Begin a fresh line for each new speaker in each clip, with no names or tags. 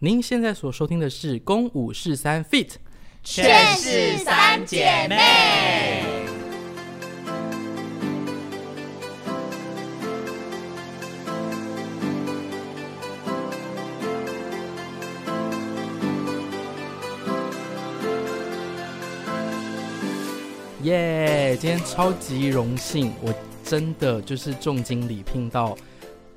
您现在所收听的是《公五十三 Fit》，
劝世三姐妹。
耶、今天超级荣幸，我真的就是重金礼聘到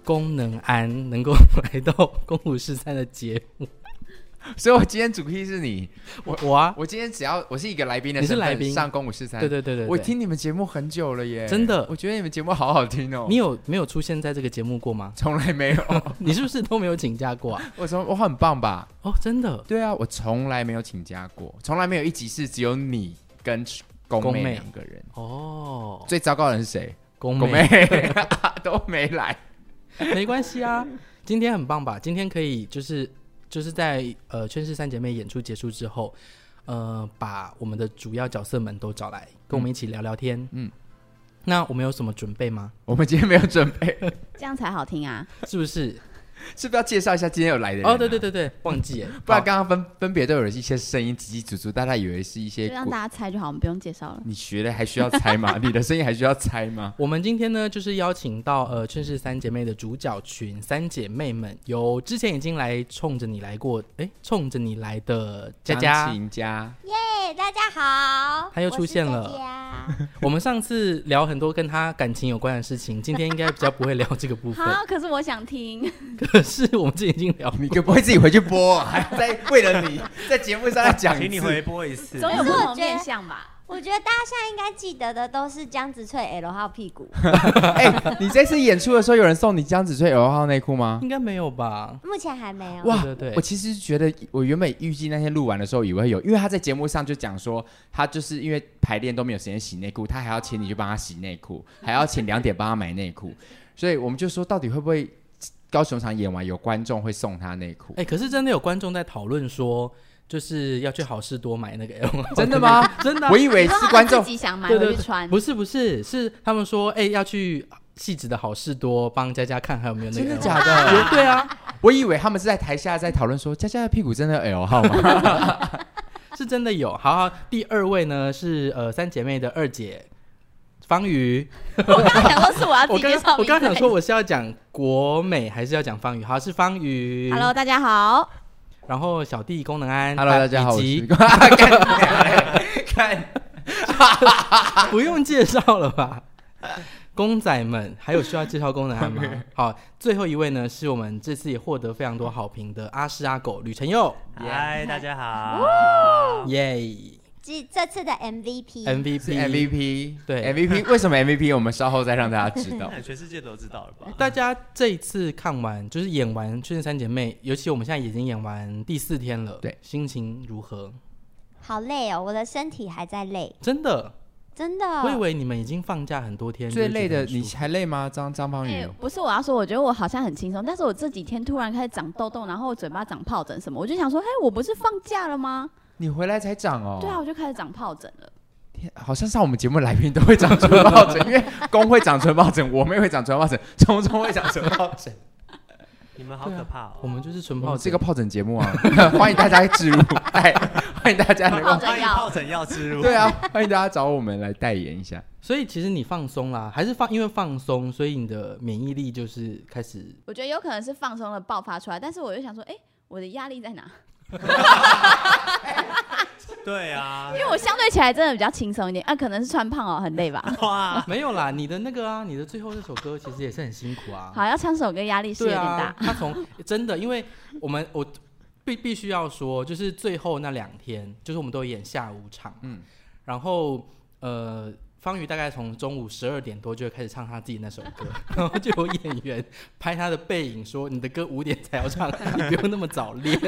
功能安能够 来到公五十三的节目。
所以我今天主题是你，
我我啊，
我今天只要我是一个来宾的
你是
身份
来宾
上公五十三，
对对对对对
我听你们节目很久了耶，
真的
我觉得你们节目好好听哦，
你有没有出现在这个节目过吗？
从来没有，
你是不是都没有请假过啊？
我从我很棒吧？
哦，真的，
对啊，我从来没有请假过，从来没有一集是只有你跟公
公
妹
妹
两个人，
哦，
最糟糕的人是谁？
公
公妹 都没来，
没关系啊，今天很棒吧？今天可以就是就是在呃《圈世三姐妹》演出结束之后，呃，把我们的主要角色们都找来，跟我们一起聊聊天。嗯
嗯，
那我们有什么准备吗？
我们今天没有准备，
这样才好听啊！
是不是？
是不是要介绍一下今天有来的人、啊
哦，对对。对对，忘记耶，
不然刚刚分分别都有一些声音叽叽足足，大家以为是一些
就让
鬼
大家猜就好，我们不用介绍了。
你学的还需要猜 吗？你的声音还需要猜吗？
我们今天呢，就是邀请到呃《圈世三姐妹》的主角群三姐妹们，有之前已经来冲着你来过，哎，冲着你来的佳佳
钢，琴家，
嘿，大家好，
他又出现了
我是啊佳
我们上次聊很多跟他感情有关的事情，今天应该比较不会聊这个部分。
好，可是我想听，
可是我们之前已经聊过
你可不会自己回去播、 啊，还在为了 你在节目上再讲一次，
请你回播一次。
总有不
可是我
同
觉得
面向吧？
我觉得大家现在应该记得的都是江子翠 L 号屁股，
哎、你这次演出的时候，有人送你江子翠 L 号内裤吗？
应该没有吧？
目前还没有。
哇，
对对对
我其实觉得，我原本预计那天录完的时候以为有，因为他在节目上就讲说，他就是因为排练都没有时间洗内裤，他还要请你去帮他洗内 裤，还要请两点帮他买内裤，所以我们就说，到底会不会高雄场演完有观众会送他内裤？
哎、可是真的有观众在讨论说，就是要去好事多买那个 L，
真的吗？
真的啊、
我以为
你说
是
他
观众
自己想 买
对
回
对
去穿
对，，不是不是，是他们说，哎、要去细致的好事多帮佳佳看还有没有那个 L。
真的假的
对啊，
我以为他们是在台下在讨论说，佳佳的屁股真的 L 号 吗？
是真的有。好好，第二位呢是呃三姐妹的二姐方瑜，
我刚刚想说是我要自
我
己
刚
介绍名字。
我刚想说我是要讲国美还是要讲方瑜？好，是方瑜。
，Hello，大家好，
然后小弟功能安
Hello，大家好，我
以 及
是看
不用介绍了吧？ 公仔们还有需要介绍功能 安吗？好，最后一位呢，是我们这次也获得非常多好评的阿诗阿狗吕晨佑，
嗨，大家好。
耶、
这这次的 MVP，
是
MVP。
MVP，
对
MVP，为什么 MVP？我们稍后再让大家 知道。
全世界都知道了吧？
大家这一次看完，就是演完《确认三姐妹》，尤其我们现在已经演完第四天了，
对，
心情如何？
好累哦，我的身体还在累，
真的，
真的。
我以为你们已经放假很多天，
最累的，
就觉得
你
很舒服
还累吗？张张方
哎、
宇，
不是我要说，我觉得我好像很轻松，但是我这几天突然开始长痘痘，然后我嘴巴长疱疹什么，我就想说，哎、我不是放假了吗？
你回来才长哦。
对啊，，我就开始长疱疹了。
好像上我们节目来宾都会长唇疱疹，因为公会长唇疱疹，我妹会长唇疱疹，聪聪会长唇疱 疹。
你们好可怕哦！
我们就是纯
啊我
泡
们
这
是
个
个疱疹节目啊， 欢迎大家置入，哎， 欢迎大家能
疱
够，
疹
欢迎
药
疱疹药之入。
对啊， 欢迎大家找我们来代言一下。
所以其实你放松啦，还是放，因为放松，所以你的免疫力就是开始
我觉得有可能是放松了爆发出来，但是我又想说，哎、我的压力在哪？
对啊
因，为我相对起来真的比较轻松一点，啊，可能是穿胖哦，很累吧。
哇，
没有啦，你的那个啊，你的最后那首歌其实也是很辛苦啊。
好，要唱首歌压力是有
对
点
啊
大，，
他从真的，因为我们我必必须要说，就是最后那两天，就是我们都演下午场，嗯
嗯，
然后呃，方瑜大概从中午十二点多就会开始唱他自己那首歌， 然后就有演员拍他的背影说：“你的歌五点才要唱， 你不用那么早 练。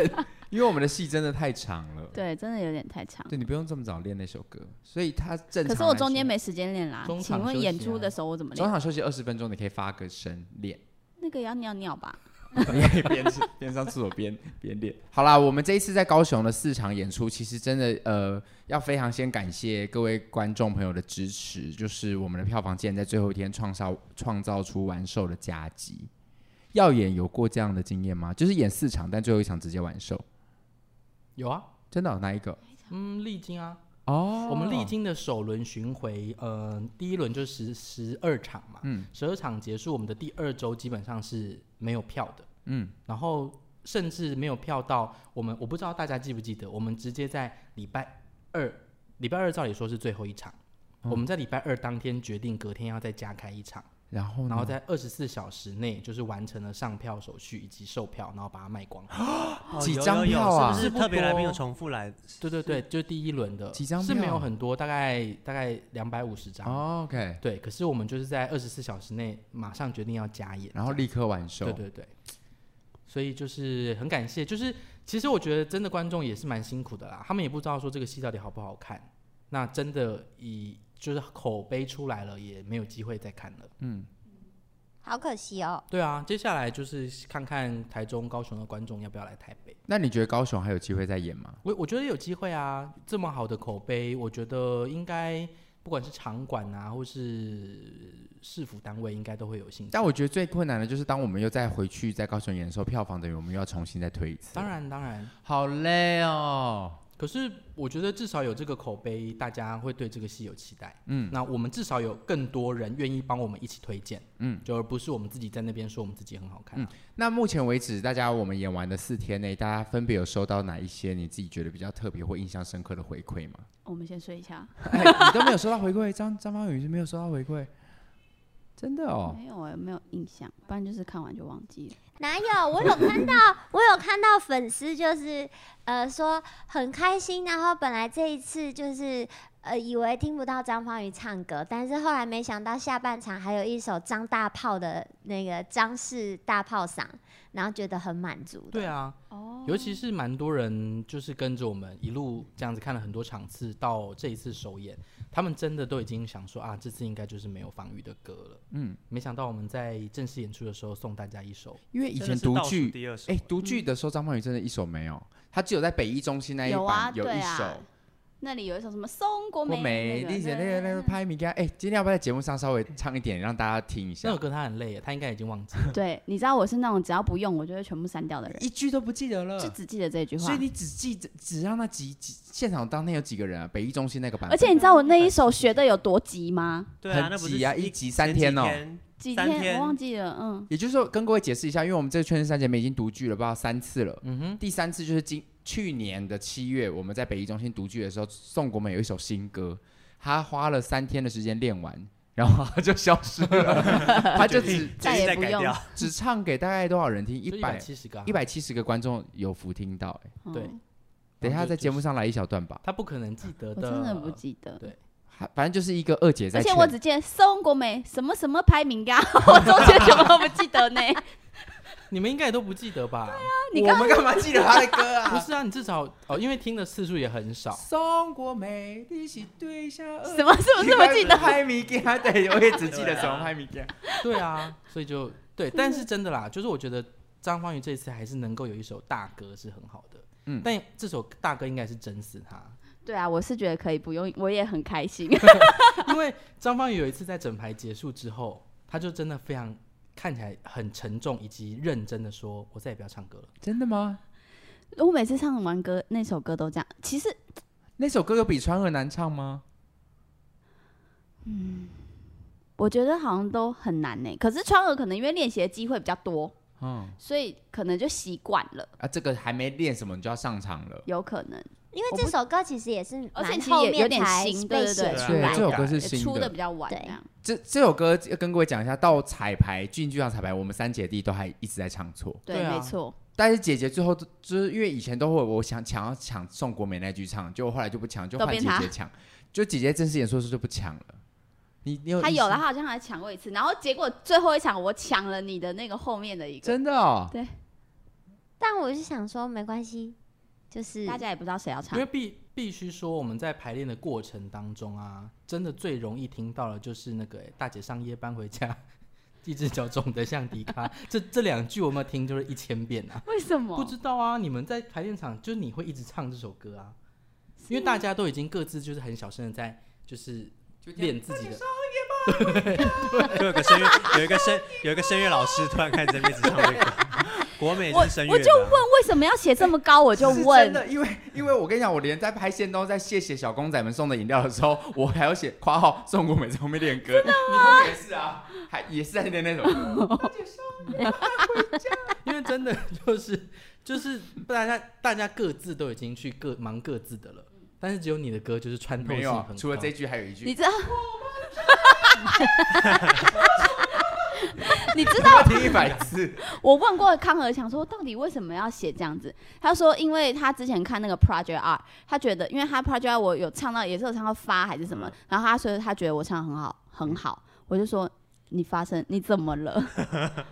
因为我们的戏真的太长了，
对，真的有点太长。
对你不用这么早练那首歌，所以他正常。
嗯可是我中间。没时间练啦
中，场
请问
休息
演
啊
出的时候我怎么
中
练？
场休息二十分钟，你可以发个声 练，
那个也要尿尿吧？
你可以边吃边上厕所边边练。好啦，我们这一次在高雄的四场演出，其实真的呃，要非常先感谢各位观众朋友的支持，就是我们的票房竟然在最后一天创造创造出完售的佳绩。耀眼有过这样的经验吗？就是演四场，但最后一场直接完售，”
有啊，
真的、哦、哪一个？
嗯，历经啊，
哦
我们历经的首轮巡回，呃，第一轮就十十二场嘛，
嗯
十二场结束，我们的第二周基本上是没有票的，
嗯
然后甚至没有票到我们，我不知道大家记不记得，我们直接在礼拜二，礼拜二照理说是最后一场，
嗯
我们在礼拜二当天决定隔天要再加开一场，
然后呢
然后在二十四小时内就是完成了上票手续以及售票，然后把它卖光。
啊
哦
几
有
张
有有
票啊
是不是特别来宾
是
有
不多
重复来？
对对对，就是第一轮的
几张
是没
票啊
有很多，大概大概两百五十张。
哦 OK，
对，可是我们就是在二十四小时内马上决定要加演，
然后立刻完售。
对对对，所以就是很感谢，就是其实我觉得真的观众也是蛮辛苦的啦，他们也不知道说这个戏到底好不好看，那真的以就是口碑出来了，也没有机会再看了。
好可惜哦。
对啊，接下来就是看看台中、高雄的观众要不要来台北。
那你觉得高雄还有机会再演吗？
我我觉得有机会啊，这么好的口碑，我觉得应该不管是场馆啊，或是市府单位，应该都会有兴趣。
但我觉得最困难的就是，当我们又再回去在高雄演的时候，票房等于我们又要重新再推一次。
当，然当然，
好累哦。
可是我觉得至少有这个口碑，大家会对这个戏有期待。
嗯
那我们至少有更多人愿意帮我们一起推荐，
嗯，
就而不是我们自己在那边说我们自己很好看、啊。
那目前为止，大家我们演完的四天内，大家分别有收到哪一些你自己觉得比较特别或印象深刻的回馈 吗？
我们先睡一下。
哎你都没有收到回馈，张张方宇是没有收到回馈，真的哦。
没有哎、没有印象，不然就是看完就忘记了。
哪有？我有看到， 我有看到粉丝就是呃说很开心，然后本来这一次就是呃以为听不到张方宇唱歌，但是后来没想到下半场还有一首张大炮的那个张氏大炮嗓，然后觉得很满足。
对，啊，
哦
尤其是蛮多人就是跟着我们一路这样子看了很多场次，到这一次首演，他们真的都已经想说啊，这次应该就是没有防御的歌了。
嗯，
没想到我们在正式演出的时候送大家一首，
因为以
真的
前
是
独
倒数
剧，
第二首
哎，独剧的时候，张方宇真的一首没有，他只有在北一中心那一
有啊，
版有
对
一
啊
首。，
那里有一首什么松果
我
美
没
那个
丽姐那
对
个那个拍米干，哎，今天要不要在节目上稍微唱一点，让大家听一
那
下
首？歌他很累啊耶，他应该已经忘记了。
对，你知道我是那种只要不用我就会全部删掉的人，
一句都不记得了
就只记得这句
所
话
以。你只记得只让那几几现场当天有几个人啊？北一中心那个版本，
而且你知道我那一首学的有多急吗？
对啊，
很
那不是
急啊一集三
前几
天哦
几
三
天
天
我忘记了，嗯，
也就是说跟各位解释一下，因为我们这个《圈子三姐妹》已经独剧了，不知道三次了。
嗯哼，
第三次就是今去年的七月，我们在北一中心独剧的时候，宋国美有一首新歌，她花了三天的时间练完，然后她就消失 了，她就只
再
决定
也
再
不
改
用
掉。
只唱给大概多少人听？一
百
百
七十个啊、
一百七十个观众有福听到、哎
嗯
对
等一下
就
在节目上来一小段吧。
他不可能记得
我
的，
真的不记得。
对
还反正就是一个二姐在
而
劝，
且我只记得松果美什么什么拍名呀， 我中间什么都不记得 呢。
你们应该也都不记得吧？
啊你
我
刚
们干嘛记得她的歌 啊？
不是啊，你至少哦，因为听的次数也很 少。
中国美丽是对象。
什么是不是不记得？
拍米给他，对，我也只记得
对啊
什么拍米给。
对啊，所以就对，但是真的啦，就是我觉得张方宇这一次还是能够有一首大歌是很好的，
嗯
但这首大歌应该是整死他，
对啊，我是觉得可以不用，我也很开心。
因为张方宇有一次在整排结束之后，他就真的非常看起来很沉重以及认真的说，我再也不要唱歌了。
真的吗？
我每次唱完歌那首歌都这样，其实
那首歌有比《川河》难唱吗？
嗯我觉得好像都很难呢、可是川儿可能因为练习的机会比较多，
嗯
所以可能就习惯了，
啊，这个还没练什么，你就要上场了。
有可能
因为这首歌其实也是
而且
蛮
其实
后
也有
面
点
才
新对
被
对
写
对
出
对，
来
这首歌
的。
是
也
新
出的
的。
比较晚
对
这样。
这这首歌要跟各位讲一下，到彩排进剧场彩排，我们三姐弟都还一直在唱错。
对，
对啊
没错，
但是姐姐最后都就是因为以前都会我想抢要抢宋国美那句唱，就后来就不抢，就
都
换
变
姐
她
姐抢。就姐姐正式演说的时候就不抢了，你你有
他
意
有
识
了，他好像还抢过一次，然后结果最后一场我抢了你的那个后面的一个，
真的哦，
但我是想说没关系，就是
大家也不知道谁要唱
因为。必必须说我们在排练的过程当中啊，真的最容易听到的就是那个、欸大姐上夜班回家， 一只脚肿得像迪卡，这这两句我们听就是一千遍啊。
为什
不
么？
知道啊，你们在排练场就是你会一直唱这首歌啊，因为大家都已经各自就是很小声的在就是练自己的，
就有个声乐，有一个声，有一个声乐老师突然开始在那边一直唱这个， 国美
我
是声乐
我
的
就问为什么要写这么高，我就是问
真。的，因为因为我跟你讲，我连在拍线都在谢谢小公仔们送的饮料的时候，我还要写括号宋国美在后面练歌，你后面也是啊，还也是在练那首歌，
因为真的就是就是大家大家各自都已经去各忙各自的了，但是只有你的歌就是穿透
没
性
有啊
很高，，
除了这句还有一
你
句，
知道？你知道
听一百次，
我问过康和强说，到底为什么要写这样子？他说，因为他之前看那个 Project R，他觉得，因为他 Project R 我有唱到，也是有唱到发还是什么，然后他说他觉得我唱得很好，很好，我就说你发声，你怎么 了？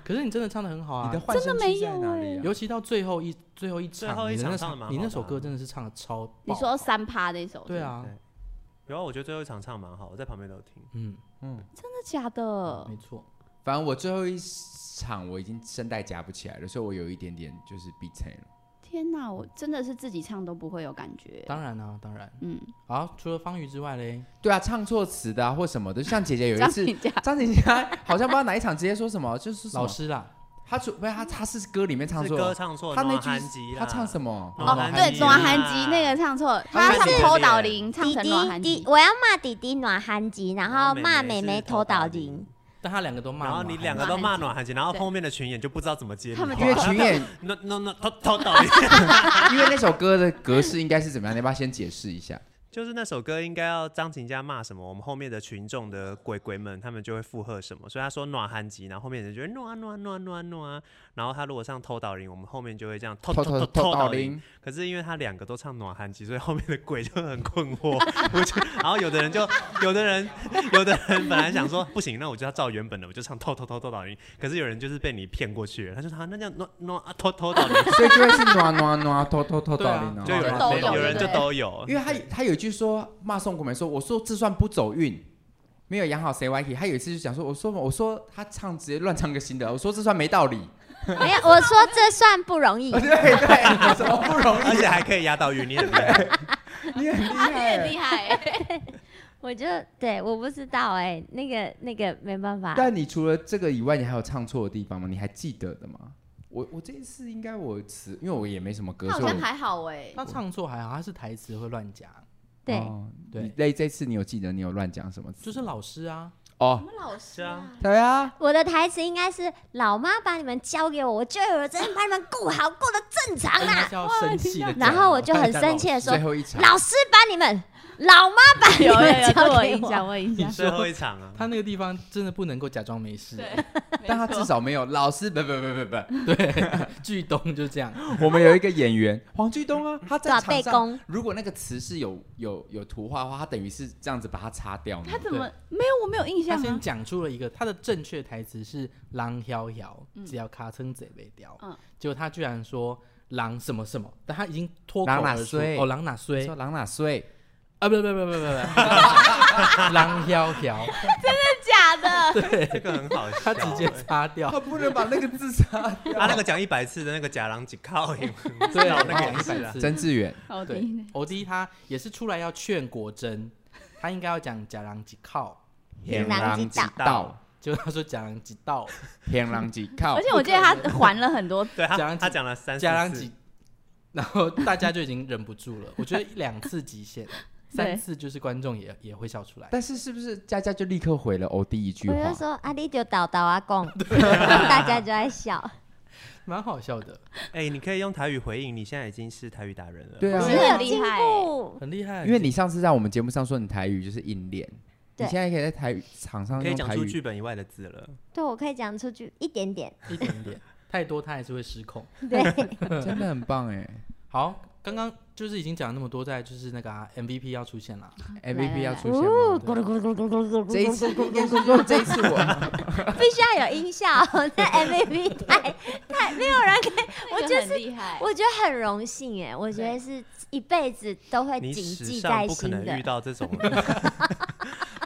可 是你真的唱的很好啊，
幻
真的没有哎、
尤其到最后一最后一
最后
场，
一
你的
场
那
唱得蛮好
你那
的
首
啊
歌真的是唱的超
你
爆
说三趴那首，
对，啊
对，有啊，我觉得最后一场唱蛮好，我在旁边都有听。
嗯，
真的假的？
没错，
反正我最后一场我已经声带夹不起来了，所以我有一点点就是鼻塞了。
天哪，我真的是自己唱都不会有感觉。
当然啊，当然。
嗯，
好，除了方瑜之外嘞，
对啊，唱错词的啊或什么的，像姐姐有
张
一次，
嘉
张姐姐好像不知道哪一场直接说什么，就是什么
老师啦，
她除不是她她是歌里面唱
是
错
歌
了，
唱错，
她那
诺
句
涵
是
吉啦
她唱什么？
诺
哦
涵，
对，
吉
暖
啦
寒集那个唱错，
他
他
是
唱
姐
偷
姐
岛铃，唱
弟
成暖寒
弟
集
弟，。我要骂弟弟暖寒集，然
然后
后
妹
骂
妹
妹
是
妹
偷
偷
打
倒
铃
铃。
但他两个都骂我
然
嘛，
后你两个都骂暖寒集，然后
对
后面的群演就不知道怎么接你
他
话
们
了。
就
因为群演，
那那那偷偷倒铃，
因为那首歌的格式应该是怎么样？你要不要先解释一下？
就是那首歌应该要张琴家骂什么，我们后面的群众的鬼鬼们他们就会附和什么，所以他说暖寒集，然后后面人就觉得暖暖暖暖暖，啊然后他如果唱偷倒铃，我们后面就会这样偷
偷
偷
偷
偷
偷
倒
到
铃。
零，
可是因为他两个都唱暖寒集，所以后面的鬼就很困惑。我就然后有的人就， 有的人，有的人本来想说不行，那我就要照原本的，我就唱偷偷偷偷倒铃。可是有人就是被你骗过去了，他就说、啊、那叫暖暖啊偷偷倒铃，
所以就会是暖暖暖偷偷偷
对
到
啊
零哦。
就 有人
都有
有人
对
就
不对
都有，
因为他他有一句说骂宋国美说，我说这算不走运，没有养好谁 YK。他有一次就讲说，我说我说他唱直接乱唱个新的，我说这算没道理。
没有，我说这算不容易
对。对，什么不容
而且还可以压倒云，你很厉害
易，你很厉害欸。
厉害，
我就对，我不知道哎、那个那个没办法。
但你除了这个以外，你还有唱错的地方吗？你还记得的吗？我我这一次应该我词，因为我也没什么歌，
他好
所以
像
我
还好哎。
他唱错还好，他是台词会乱讲，
对，
哦
对
你那这次你有记得你有乱讲什么词？
就是老师啊，
我
哦，
们老师啊，
对啊，
我的台词应该是老妈把你们交给我，我就有责任把你们顾好，顾得正常
应该
啦。
是要生气的。
然啊后我就很生气，的说
最，后一场，
老师把你们，老妈把你
有有
们
有，对
交
我
给
印象，
我。
我印
你
象。
最后
说
一场啊，
他那个地方真的不能够假装没事，
对，
但他至少没有老师，不不不不 不，
剧东就这样，
我们有一个演员黄旭东啊，他在
耍
场
背
上，
弓，
如果那个词是有有有图画的话，他等于是这样子把它擦掉呢
他。怎么没有？我没有印
他
象
先
啊。
讲出了一个他的正确台词是“狼摇摇，只要卡称嘴被掉”，
嗯
结果他居然说“狼什么什么”，但他已经脱口
狼哪
而出
衰
哦，狼哪衰
说狼哪睡？
啊，不不不不不不，狼摇摇，
假的，
这个很好笑欸，
他直接擦掉。
他不能把那个字擦
他那个讲一百次的那个假狼几 靠，
对，
那个也
也
是啊
是
曾志远，
好
对
听。，
欧弟他也是出来要劝国珍，他应该要讲假狼几靠，
天狼
几
之
道，
结果他说假狼几道，
天狼几靠
而。且我记得他还了很多，
对
假狼
他
几
他讲了三
假狼
四次
几，，然后大家就已经忍不住了。我觉得一两次极限，三次就是观众也也会笑出来。
但是是不是佳佳就立刻回了欧哦弟一句
我
话
就？说啊，你就倒倒啊公， 大家就在笑。
蛮好笑的，
哎，你可以用台语回应，你现在已经是台语达人了。
对啊
我
我
觉得很
有
厉
进
害
步，
很厉害。
因为你上次在我们节目上说你台语就是硬练，你
对
现在可以在台语场上
可以
用
讲
台
出
语
剧本以外的字了。
对我可以讲出去一 点点。
一点点太多，他还是会失控。
对，
真的很棒哎。
好，刚刚就是已经讲了那么多，在就是那个啊 MVP 要出现了，
MVP 要
来哦
出现吗？对这一次，这一次我
必须要有音效，那 MVP 太太没有人可以，我
那
就
个
是
很厉害，
我觉得很荣幸哎，我觉得是一辈子都会
你
谨
史
记
上
在
不可
心
能遇
的。
到这种，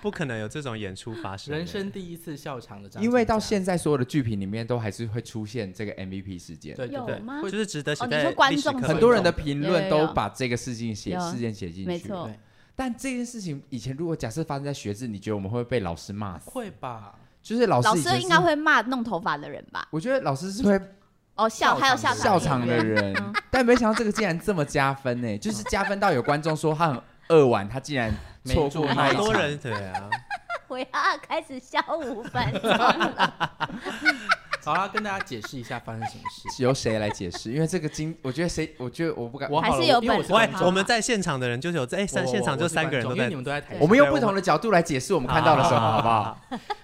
不可能有这种演出发生欸。
人生第一次笑场的张静佳，
因为到现在所有的剧评里面都还是会出现这个 MVP 事件，
对对
有
对，
吗
对，就是值得写
哦你
在
说观
历史
众
课
是
本
很
观
多
众
人的评论
有
都
有有
把这个事情写
有
事件写进去，
没错
对
但这件事情以前如果假设发生在学制，你觉得我们会被老师骂死？
会吧？
就是老师
老
以前
师
是
应该，会骂弄头发的人吧？
我觉得老师是会
哦，笑还有笑
笑场的人，但没想到这个竟然这么加分呢，就是加分到有观众说他很扼腕，他竟然错过那
好
一
多
场。
人对啊，
我要开始笑五分 钟了，
好啦，跟大家解释一下发生什么事。
由谁来解释？因为这个经，我觉得谁，我觉得我不敢。
我好了
还是有
我因为我
本
是
事
我
观
的
众
我们在现场的人就是有在哎三
我
现场
我
就是三个人
观众
都
因为
在
你们都在台
我
上，
们用不同的角度来解释我们看到的什么，好不好？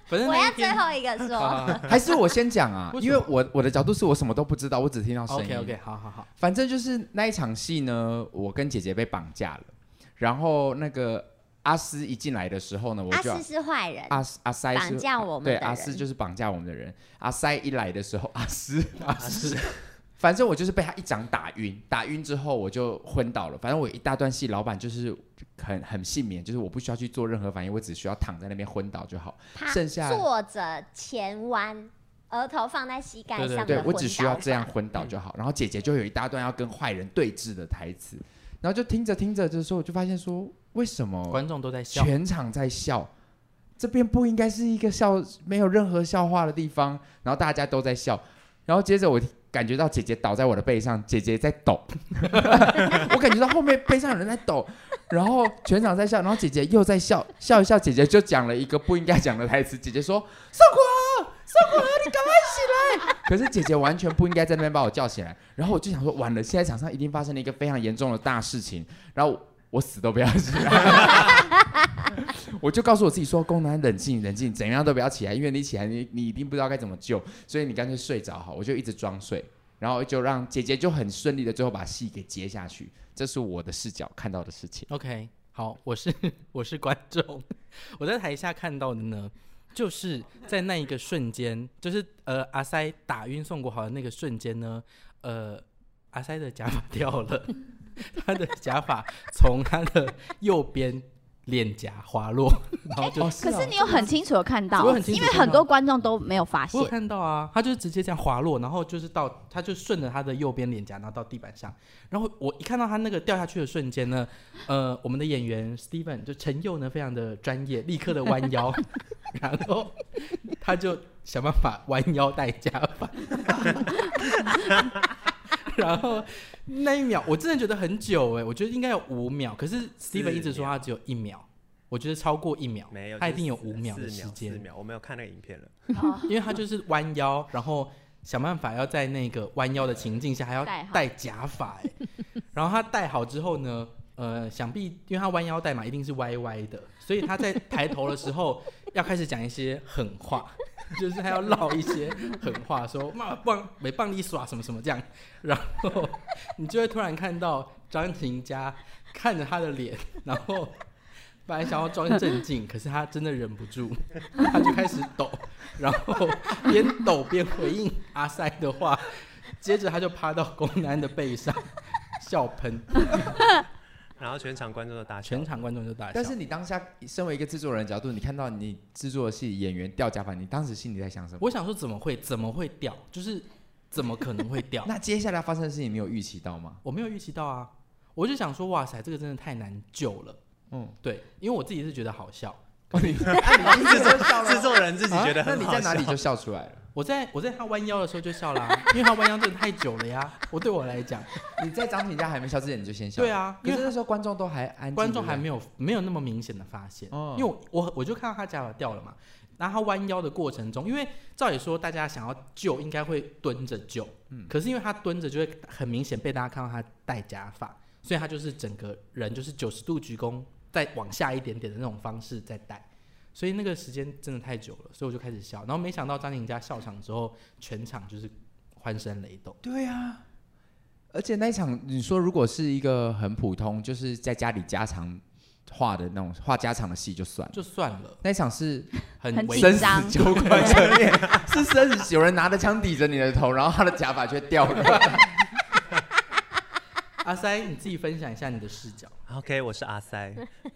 反正
我
那
要
一
最
天
后一个说。
啊
还是我先讲啊，
为什
因
么
为我我的角度是我什么都不知道，我只听到声音。
，OK OK，好好好，
反正就是那一场戏呢，我跟姐姐被绑架了，然后那个阿斯一进来的时候呢，我
阿
就
斯是坏人，
阿斯阿塞是
绑架我们的
对
人
阿斯就是绑架我们的人。阿塞一来的时候，阿斯阿斯，反正我就是被他一掌打晕，打晕之后我就昏倒了。反正我一大段戏，老板就是很很幸免，就是我不需要去做任何反应，我只需要躺在那边昏倒就好。
他
剩下
坐着前弯，额头放在膝盖上的
对
昏
我只需要
倒嗯
这样昏倒就好。然后姐姐就有一大段要跟坏人对峙的台词，然后就听着听着的时候，我就发现说，为什么
观众都在笑，
全场在笑？这边不应该是一个笑没有任何笑话的地方，然后大家都在笑，然后接着我感觉到姐姐倒在我的背上，姐姐在抖， 我感觉到后面背上有人在抖，然后全场在笑，然后姐姐又在笑，笑一笑，姐姐就讲了一个不应该讲的台词，姐姐说：“宋国，宋国，你赶快起来！” 可是姐姐完全不应该在那边把我叫起来，然后我就想说，完了，现在场上一定发生了一个非常严重的大事情，然后我。我死都不要起来，我就告诉我自己说：“宫南，冷静，冷静，怎样都不要起来，因为你起来，你你一定不知道该怎么救，所以你干脆睡着好。”我就一直装睡，然后就让姐姐就很顺利的最后把戏给接下去。这是我的视角看到的事情。
OK，好，我是我是观众，我在台下看到的呢，就是在那一个瞬间，就是呃阿塞打晕宋国豪的那个瞬间呢，呃阿塞的假发掉了， 他的假发从他的右边脸颊滑落，然后就、
可是哦你有很清楚的看到
我有很，清楚
因
地
为
看
很
到
多观众都没有发
我
现
有。看到啊，他就是直接这样滑落，然后就是到，他就顺着他的右边脸颊，然后到地板上。然后我一看到他那个掉下去的瞬间呢，呃，我们的演员 Steven 就陈佑呢，非常的专业，立刻的弯腰，然后他就想办法弯腰戴假发。 然后那一秒，我真的觉得很久哎、我觉得应该有五秒，可是 Steven 一直说他只有一秒，我觉得超过一秒，
没有，
他一
就
定有
四
五秒的
四
时
四
间。
秒，我没有看那个影片了。
因为他就是弯腰，然后想办法要在那个弯腰的情境下还要
戴好
戴假发、 欸，然后他戴好之后呢，呃，想必因为他弯腰戴嘛，一定是歪歪的，所以他在抬头的时候 要开始讲一些狠话， 就是他要唠一些狠话，说妈棒没棒你耍什么什么这样，然后你就会突然看到张婷佳看着他的脸，然后。本来想要装镇静，可是他真的忍不住，他就开始抖，然后边抖边回应阿塞的话，接着他就趴到宫南的背上笑喷，
然后全场观众都大笑
全，场观众就大笑。
但是你当下身为一个制作人的角度，你看到你制作的戏演员掉假发，你当时心里在想什么？
我想说，怎么会怎么会掉？就是怎么可能会掉？
那接下来发生的事情，你有预期到吗？
我没有预期到啊，我就想说，哇塞，这个真的太难救了。
嗯，
对，因为我自己是觉得好笑。
哦
制作制作人自己觉得
啊那
很
你
好
在
笑。
哪里就笑出来了？
我在我在他弯腰的时候就笑啦、因为他弯腰真的太久了呀。我对我来讲，
你在张庭家还没笑之前，你就先笑。
对，啊，
可
因
是
为
那时候观众都还安静，
观众还
有。
没有没有那么明显的发现，
哦
因为我我我就看到他假发掉了嘛，然后他弯腰的过程中，因为照理说大家想要救应该会蹲着救，可是因为他蹲着就会很明显被大家看到他戴假发，所以他就是整个人就是九十度鞠躬，再往下一点点的那种方式在戴。所以那个时间真的太久了，所以我就开始笑，然后没想到张婷家笑场之后，全场就是欢声雷动。
对啊，而且那一场，你说如果是一个很普通，就是在家里家常画的那种画家常的戏就算了，
就算了，
那一场 是
很
很
危
紧
生死
张
交关正面， 是生死，有人拿着枪抵着你的头，然后他的假发却掉了。
阿塞，你自己分享一下你的视角。
OK，我是阿塞。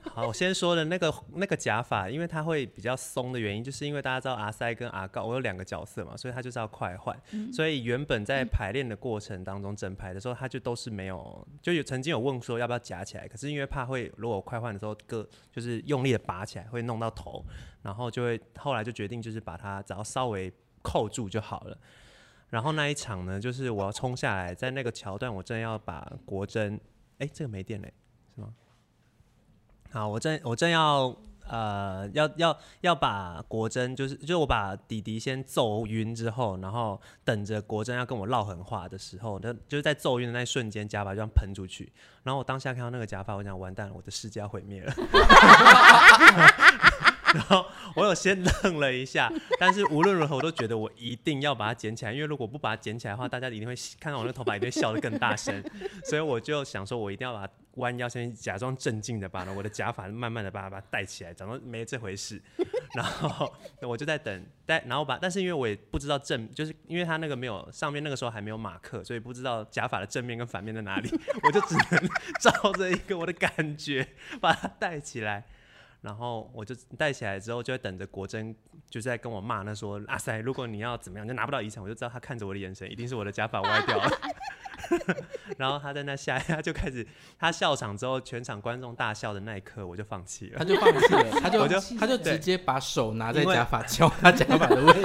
好，我先说的那个那个假发，因为它会比较松的原因，就是因为大家知道阿塞跟阿告，我有两个角色嘛，所以他就是要快换。所以原本在排练的过程当中，整排的时候他就都是没有，就有曾经有问说要不要夹起来，可是因为怕会如果我快换的时候各就是用力的拔起来会弄到头，然后就会后来就决定就是把它只要稍微扣住就好了。然后那一场呢，就是我要冲下来，在那个桥段，我真的要把国珍，哎，这个没电嘞。好，我正我正要呃要要要把国珍，就是就是我把弟弟先揍晕之后，然后等着国珍要跟我唠狠话的时候，那就是在揍晕的那一瞬间，假发就这样喷出去。然后我当下看到那个假发，我想完蛋了，我的世界要毁灭了。 然后我有先愣了一下，但是无论如何我都觉得我一定要把它捡起来，因为如果不把它捡起来的话，大家一定会看到我那个头发一定会笑得更大声，所以我就想说，我一定要把它弯腰先假装镇静的把我的假发慢慢的把它把它戴起来，假装没这回事。 然后我就在等，但然后把，但是因为我也不知道正，就是因为它那个没有上面那个时候还没有马克，所以不知道假发的正面跟反面在哪里，我就只能照着一个我的感觉把它戴起来。然后我就戴起来之后，就会等着国珍就在跟我骂那说：“阿塞，如果你要怎么样就拿不到遗产。”我就知道他看着我的眼神，一定是我的假发歪掉了。 然后他在那下，他就开始他笑场之后，全场观众大笑的那一刻，我就放弃
他
了。
就放弃了， 他就
我就
他就
对
直接把手拿在
因为
假发敲他假发的位 置。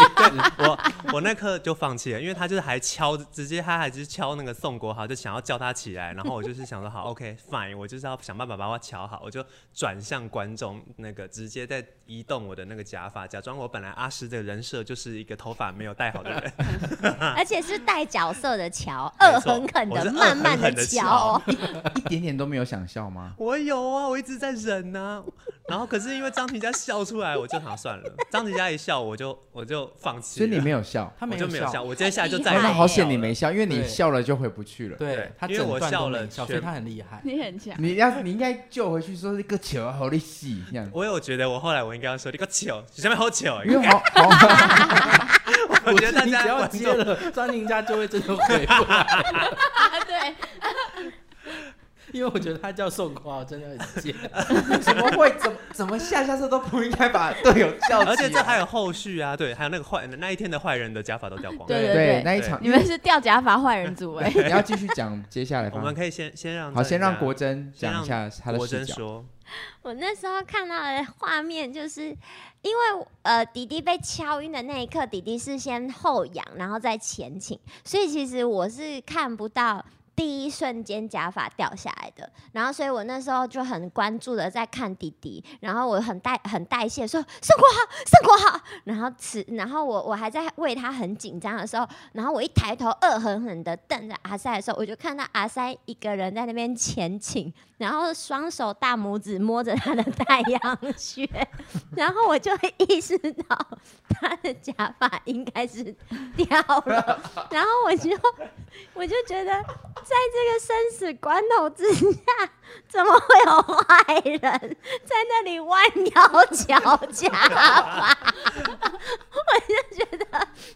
我 我那刻就放弃了，因为他就是还敲，直接他还是敲那个宋国豪，就想要叫他起来。然后我就是想 说，好，OK fine，我就是要想办法把我敲好，我就转向观众，那个直接在移动我的那个假发，假装我本来阿诗的人设就是一个头发没有戴好 的人。
而且是带角色的桥，
没
恶
错
狠狠
我是
的、
恶
慢慢
狠狠
的
地
桥、哦。
一点点都没有想笑吗？
我有啊，我一直在忍呐、然后可是因为张婷佳笑出来，我就想算了。张婷佳一笑，我就我就放弃
所
了。
以你没
有，
有笑，
他
我
没
就没有笑，
笑，
我接下来就再
哎
也
那啊
不
好险
笑
你
了
没笑，因为你
对
笑了就回不去了。
对
对
他
因为
整
我
段
笑
都没
了
笑，
全
所以他很厉害。
你很强，
你要你应该救回去说是个球好力戏这样，
我有觉得，我后来我应该要说你个球，你下面好球，
因为好好
我觉得大
你只
家
要
观
接
众
了，张宁家就会真的 回过来，
啊对，
因为我觉得他叫宋国豪真的很贱。
怎么会怎么怎么下下次都不应该把队友叫起来，
而且这还有后续啊，对，还有那个坏那一天的坏人的假发都掉光了。
对
对
对
那一场
你们是掉假发坏人组 哎、
你要继续讲接下来
我
方
们
面，
可以先先让
好，先让国
珍
珍
先
讲一下
让
他的
国
视
珍
角。
说，
我那时候看到的画面，就是因为呃弟弟被敲晕的那一刻，弟弟是先后仰，然后再前倾，所以其实我是看不到第一瞬间假发掉下来的。然后，所以我那时候就很关注的在看弟弟，然后我很代很代谢说圣国好，圣国好。然后此，然后我我还在为他很紧张的时候，然后我一抬头恶狠狠的瞪着阿塞的时候，我就看到阿塞一个人在那边前倾，然后双手大拇指摸着他的太阳穴，然后我就意识到他的假发应该是掉了，然后我就我就觉得，在这个生死关头之下，怎么会有坏人在那里弯腰瞧假发？ 我就觉得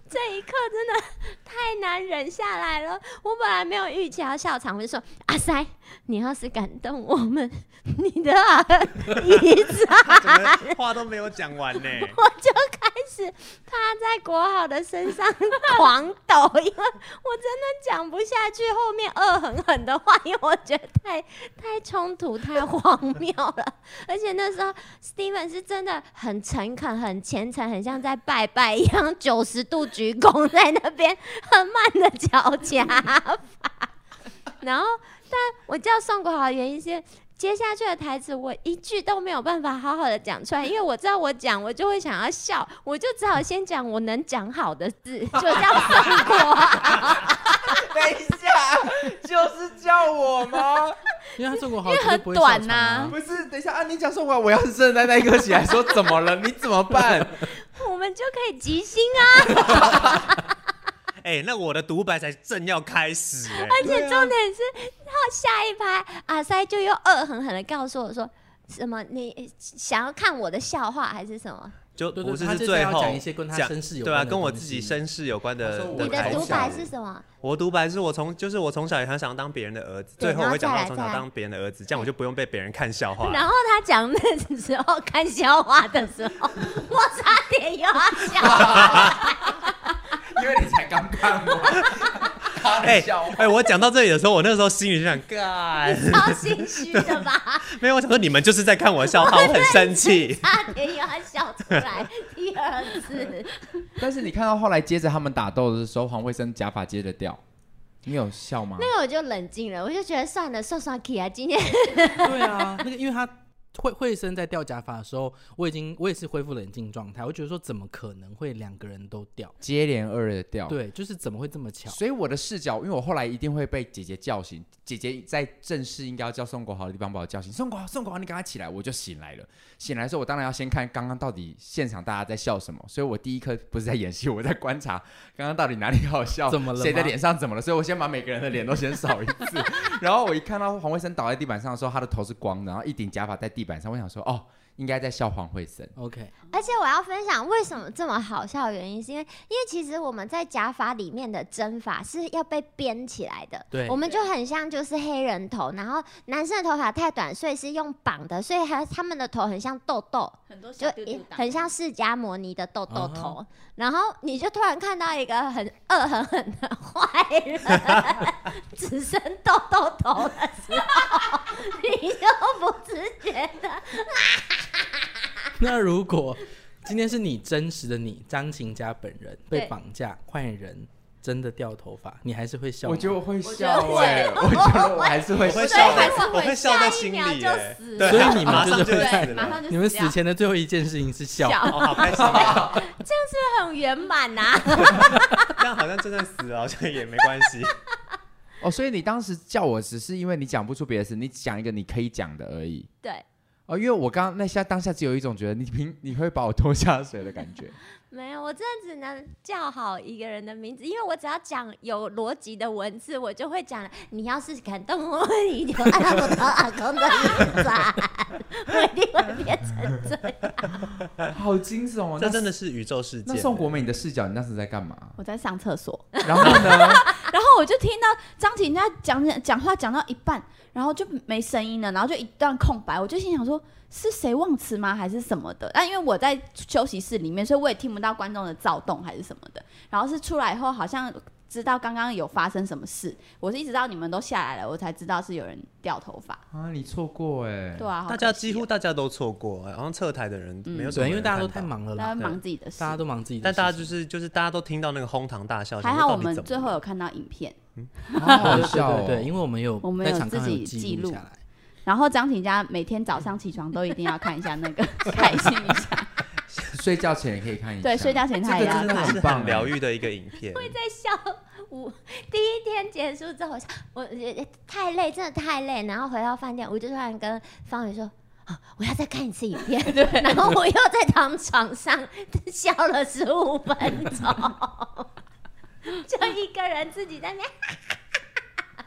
这一刻真的太难忍下来了。我本来没有预期要笑场，我就说：“阿塞，你要是敢动我们， 你的耳一次。”
他整个话都没有讲完 呢。
我就开始趴在国豪的身上狂抖，因为我真的讲不下去后面恶狠狠的话，因为我觉得太太冲突、太荒谬了。 而且那时候 Steven 是真的很诚恳、很虔诚，很像在拜拜一样，九十度鞠躬在那边很慢的脚夹法。然后，但我叫宋国豪的原因是，接下去的台词我一句都没有办法好好的讲出来，因为我知道我讲我就会想要笑，我就只好先讲我能讲好的字，就叫宋国豪。
等一下，就是叫我吗？
因为他宋国豪
因为
绝对
很
不会笑场
短呐
啊，
不是，等一下啊！你讲说我我要是真的在那一刻起来说怎么了，你怎么办？
我们就可以即兴啊！
哎、那我的独白才正要开始、哎，
而且重点是，他下一拍阿塞就又恶狠狠的告诉我说。什么？你想要看我的笑话还是什么？
就
对对
不是
他就是是
最
要
后
讲一些跟他身世有
对啊，
关的
跟我
东
自己
西
身世有关的
他说我的
你的
开
独
销
白是什么？
我独白是我从就是我从小也很想当别人的儿子，
对
最后我会讲
然
到
后再来
从小
再来
当别人的儿子，这样我就不用被别人看笑话。
然后他讲那时候看笑话的时候，我差点又要笑了。
因为你才刚看我，开
哎
笑话
哎、我讲到这里的时候，我那时候心里就想， 干，
超心虚的吧？。
没有，我想说你们就是在看我笑话，我很生气
差点又要笑出来第二 次。
但是你看到后来接着他们打斗的时候，黄慧生假发接着掉，你有笑吗？
那个我就冷静了，我就觉得算了，算算 K 啊，今天
对啊，那个因为他慧慧生在掉假发的时候，我已经我也是恢复冷静状态，我觉得说怎么可能会两个人都掉？
接连二的
哦
掉，。
对，就是怎么会这么巧？
所以我的视角，因为我后来一定会被姐姐叫醒。姐姐在正式应该要叫宋国豪的地方把我叫醒，宋国豪，宋国豪，你赶快起来！我就醒来了。醒来的时候，我当然要先看刚刚到底现场大家在笑什么。所以我第一刻不是在演戏，我在观察刚刚到底哪里好笑，
怎么了吗
谁的脸上怎么了？所以我先把每个人的脸都先扫一次。然后我一看到黄慧生倒在地板上的时候，他的头是光的，然后一顶假发在地板上，我想说，哦，应该在笑黄慧生。
OK，
而且我要分享为什么这么好笑的原因，是因为因为其实我们在假发里面的针法是要被编起来的，
对
我们就很像就是黑人头，然后男生的头发太短，所以是用绑的，所以还他们的头很像痘痘，
很多
就
小丢丢打
很像释迦摩尼的痘痘头。
啊
然后你就突然看到一个很恶狠狠的坏人， 只剩痘痘头的时候， 你就不自觉的
那如果今天是你真实的你，张琴佳本人被
对
绑架，坏人真的掉头发，你还是会笑吗？
我觉得我会
觉得
笑
会
哎、我觉得我还是会
我会
笑
笑
还
在
是，
我
会
会笑
下
在
一
心
秒
里、
就
哎
死
对，
所以你们
马
就是
上就
会
死
在
对，马上
了。
就
你们
死掉
死前的最后一件事情是笑，
笑
哦，好开心哦，
很圆满呐、
这样好像真的死了，好像也没关 系。
哦，所以你当时叫我，只是因为你讲不出别的事，你讲一个你可以讲的而已。
对，
哦，因为我刚刚那下当下只有一种觉得你平你会把我拖下水的感觉。
没有，我真的只能叫好一个人的名字，因为我只要讲有逻辑的文字，我就会讲了。你要是敢动我，你就按照啊我的耳公的名字啊，我一定会变成这样。
好惊悚哦！
这真
的。
的是宇宙世界。
那宋国美，你的视角，你当时在干 嘛？
我在上厕所，
然后呢？
然后我就听到张婷在讲讲话讲到一半，然后就没声音了，然后就一段空白，我就心想说是谁忘词吗，还是什么的？啊但因为我在休息室里面，所以我也听不到观众的躁动还是什么的。然后是出来以后，好像知道刚刚有发生什么事，我是一直到你们都下来了，我才知道是有人掉头发。
啊，你错过哎。
对。啊，好
大家
可惜
几乎
哦
大家都错过，哎好像撤台的人没有什么
对，
人看到，
因为大家都太忙了
大家
啦，
忙自己的事
大，家都忙自己的
但
事情，
大家就是就是大家都听到那个哄堂大笑，
还
想
好
说
我
到底
们
怎么
最
了
后有看到影片。
好好
对
笑
对
哦。
对对，因为我们有
我们
在
有
场
自
上有
己记
记录
录
下来，
然后张婷家每天早上起床都一定要看一下 那个，开心一下。
睡觉前也可以看一下。
对，睡觉前他
哎这
也
个
要
真的
看。
是
很棒
很疗愈的一个影片。
在笑我第一天结束之后，我想我觉得太累，真的太累。然后回到饭店，我就突然跟方宇说。啊我要再看一次影片，然后我又在躺床上 笑了十五分钟， 就一个人自己在那边。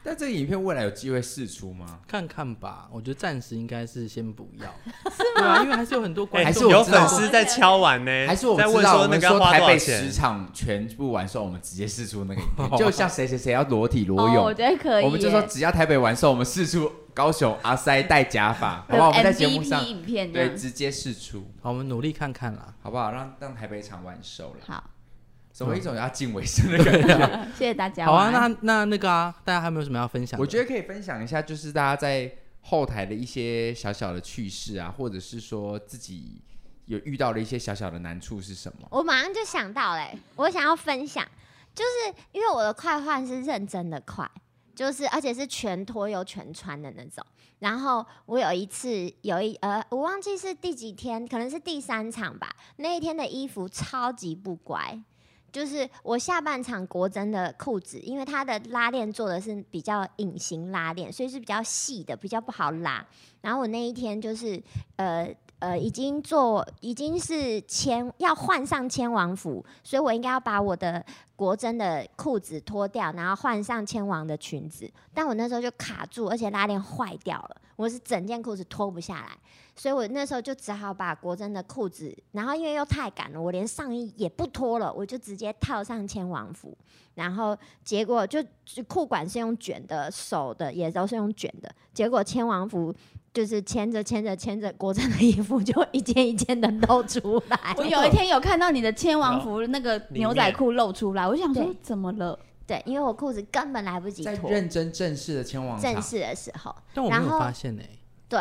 但这个影片未来有机会试出吗？
看看吧。我觉得暂时应该是先不 要，是吗？对啊，因为还是有很多观众，
还是我
哎有
知道
粉丝在敲碗呢，
还是我
在
们
问
知道我
说那
们
个要
说
花
台
多
北
少
十
钱？
场全部完售，我们直接试出那个影片，就像谁谁谁要裸体裸
哦，
泳
我，觉得可以耶。
我们就说只要台北完售，我们试出高雄阿塞戴假 发，好不好？我们在节目上
MVP 影片这
对
样。
直接试出，
好，我们努力看看啦。
好不好？让让台北场完售了，
嗯
好，
怎么一种要敬畏生的感觉？
谢谢大家。
好啊，
晚安
那那那个啊，大家还有没有什么要 分享的？
我觉得可以分享一下，就是大家在后台的一些小小的趣事啊，或者是说自己有遇到的一些小小的难处是什么？
我马上就想到嘞、欸我想要分享，就是因为我的快换是认真的快，就是而且是全脱又全穿的那种。然后我有一次有一呃，我忘记是第几天，可能是第三场吧。那一天的衣服超级不乖，就是我下半场国珍的裤子，因为它的拉链做的是比较隐形拉链，所以是比较细的，比较不好拉。然后我那一天就是呃呃已经做已经是千要换上千王服，所以我应该要把我的国珍的裤子脱掉，然后换上千王的裙子。但我那时候就卡住，而且拉链坏掉了，我是整件裤子脱不下来，所以我那时候就只好把国珍的裤子，然后因为又太赶了，我连上衣也不脱了，我就直接套上千王服，然后结果就就裤管是用卷的，手的也都是用卷的，结果千王服。就是牵着牵着牵着，国珍的衣服就一件一件的露出来。
我有一天有看到你的千王服那个
里
牛仔
面
裤露出来，我想说
对
怎么了？
对，因为我裤子根本来不及
在
脱。
认真正式的前往场
正式的时候，
但我没
然
有
后
发现呢、欸
对。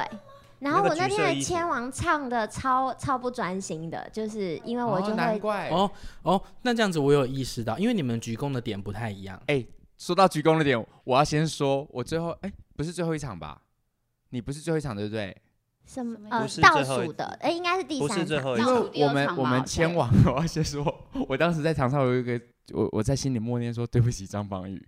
然后
那个
我那
橘
天
色
的
衣服
千王唱的超超不专心的，就是因为我
哦
就
难
会
怪
哦哦，那这样子我有意识到，因为你们鞠躬的点不太一样。
哎，说到鞠躬的点，我要先说，我最后哎，不是最后一场吧？你不是最后一场对不对？
什么
什么
呃
意
思
倒
不是最后一
数的，哎，应该是第
不
三
是最
场
后一
因
倒数第
为
二
我们
场
我
嘛
们
好
前
像
往，我要先说， 我当时在场上我有一个，我我在心里默念说对不起张邦宇，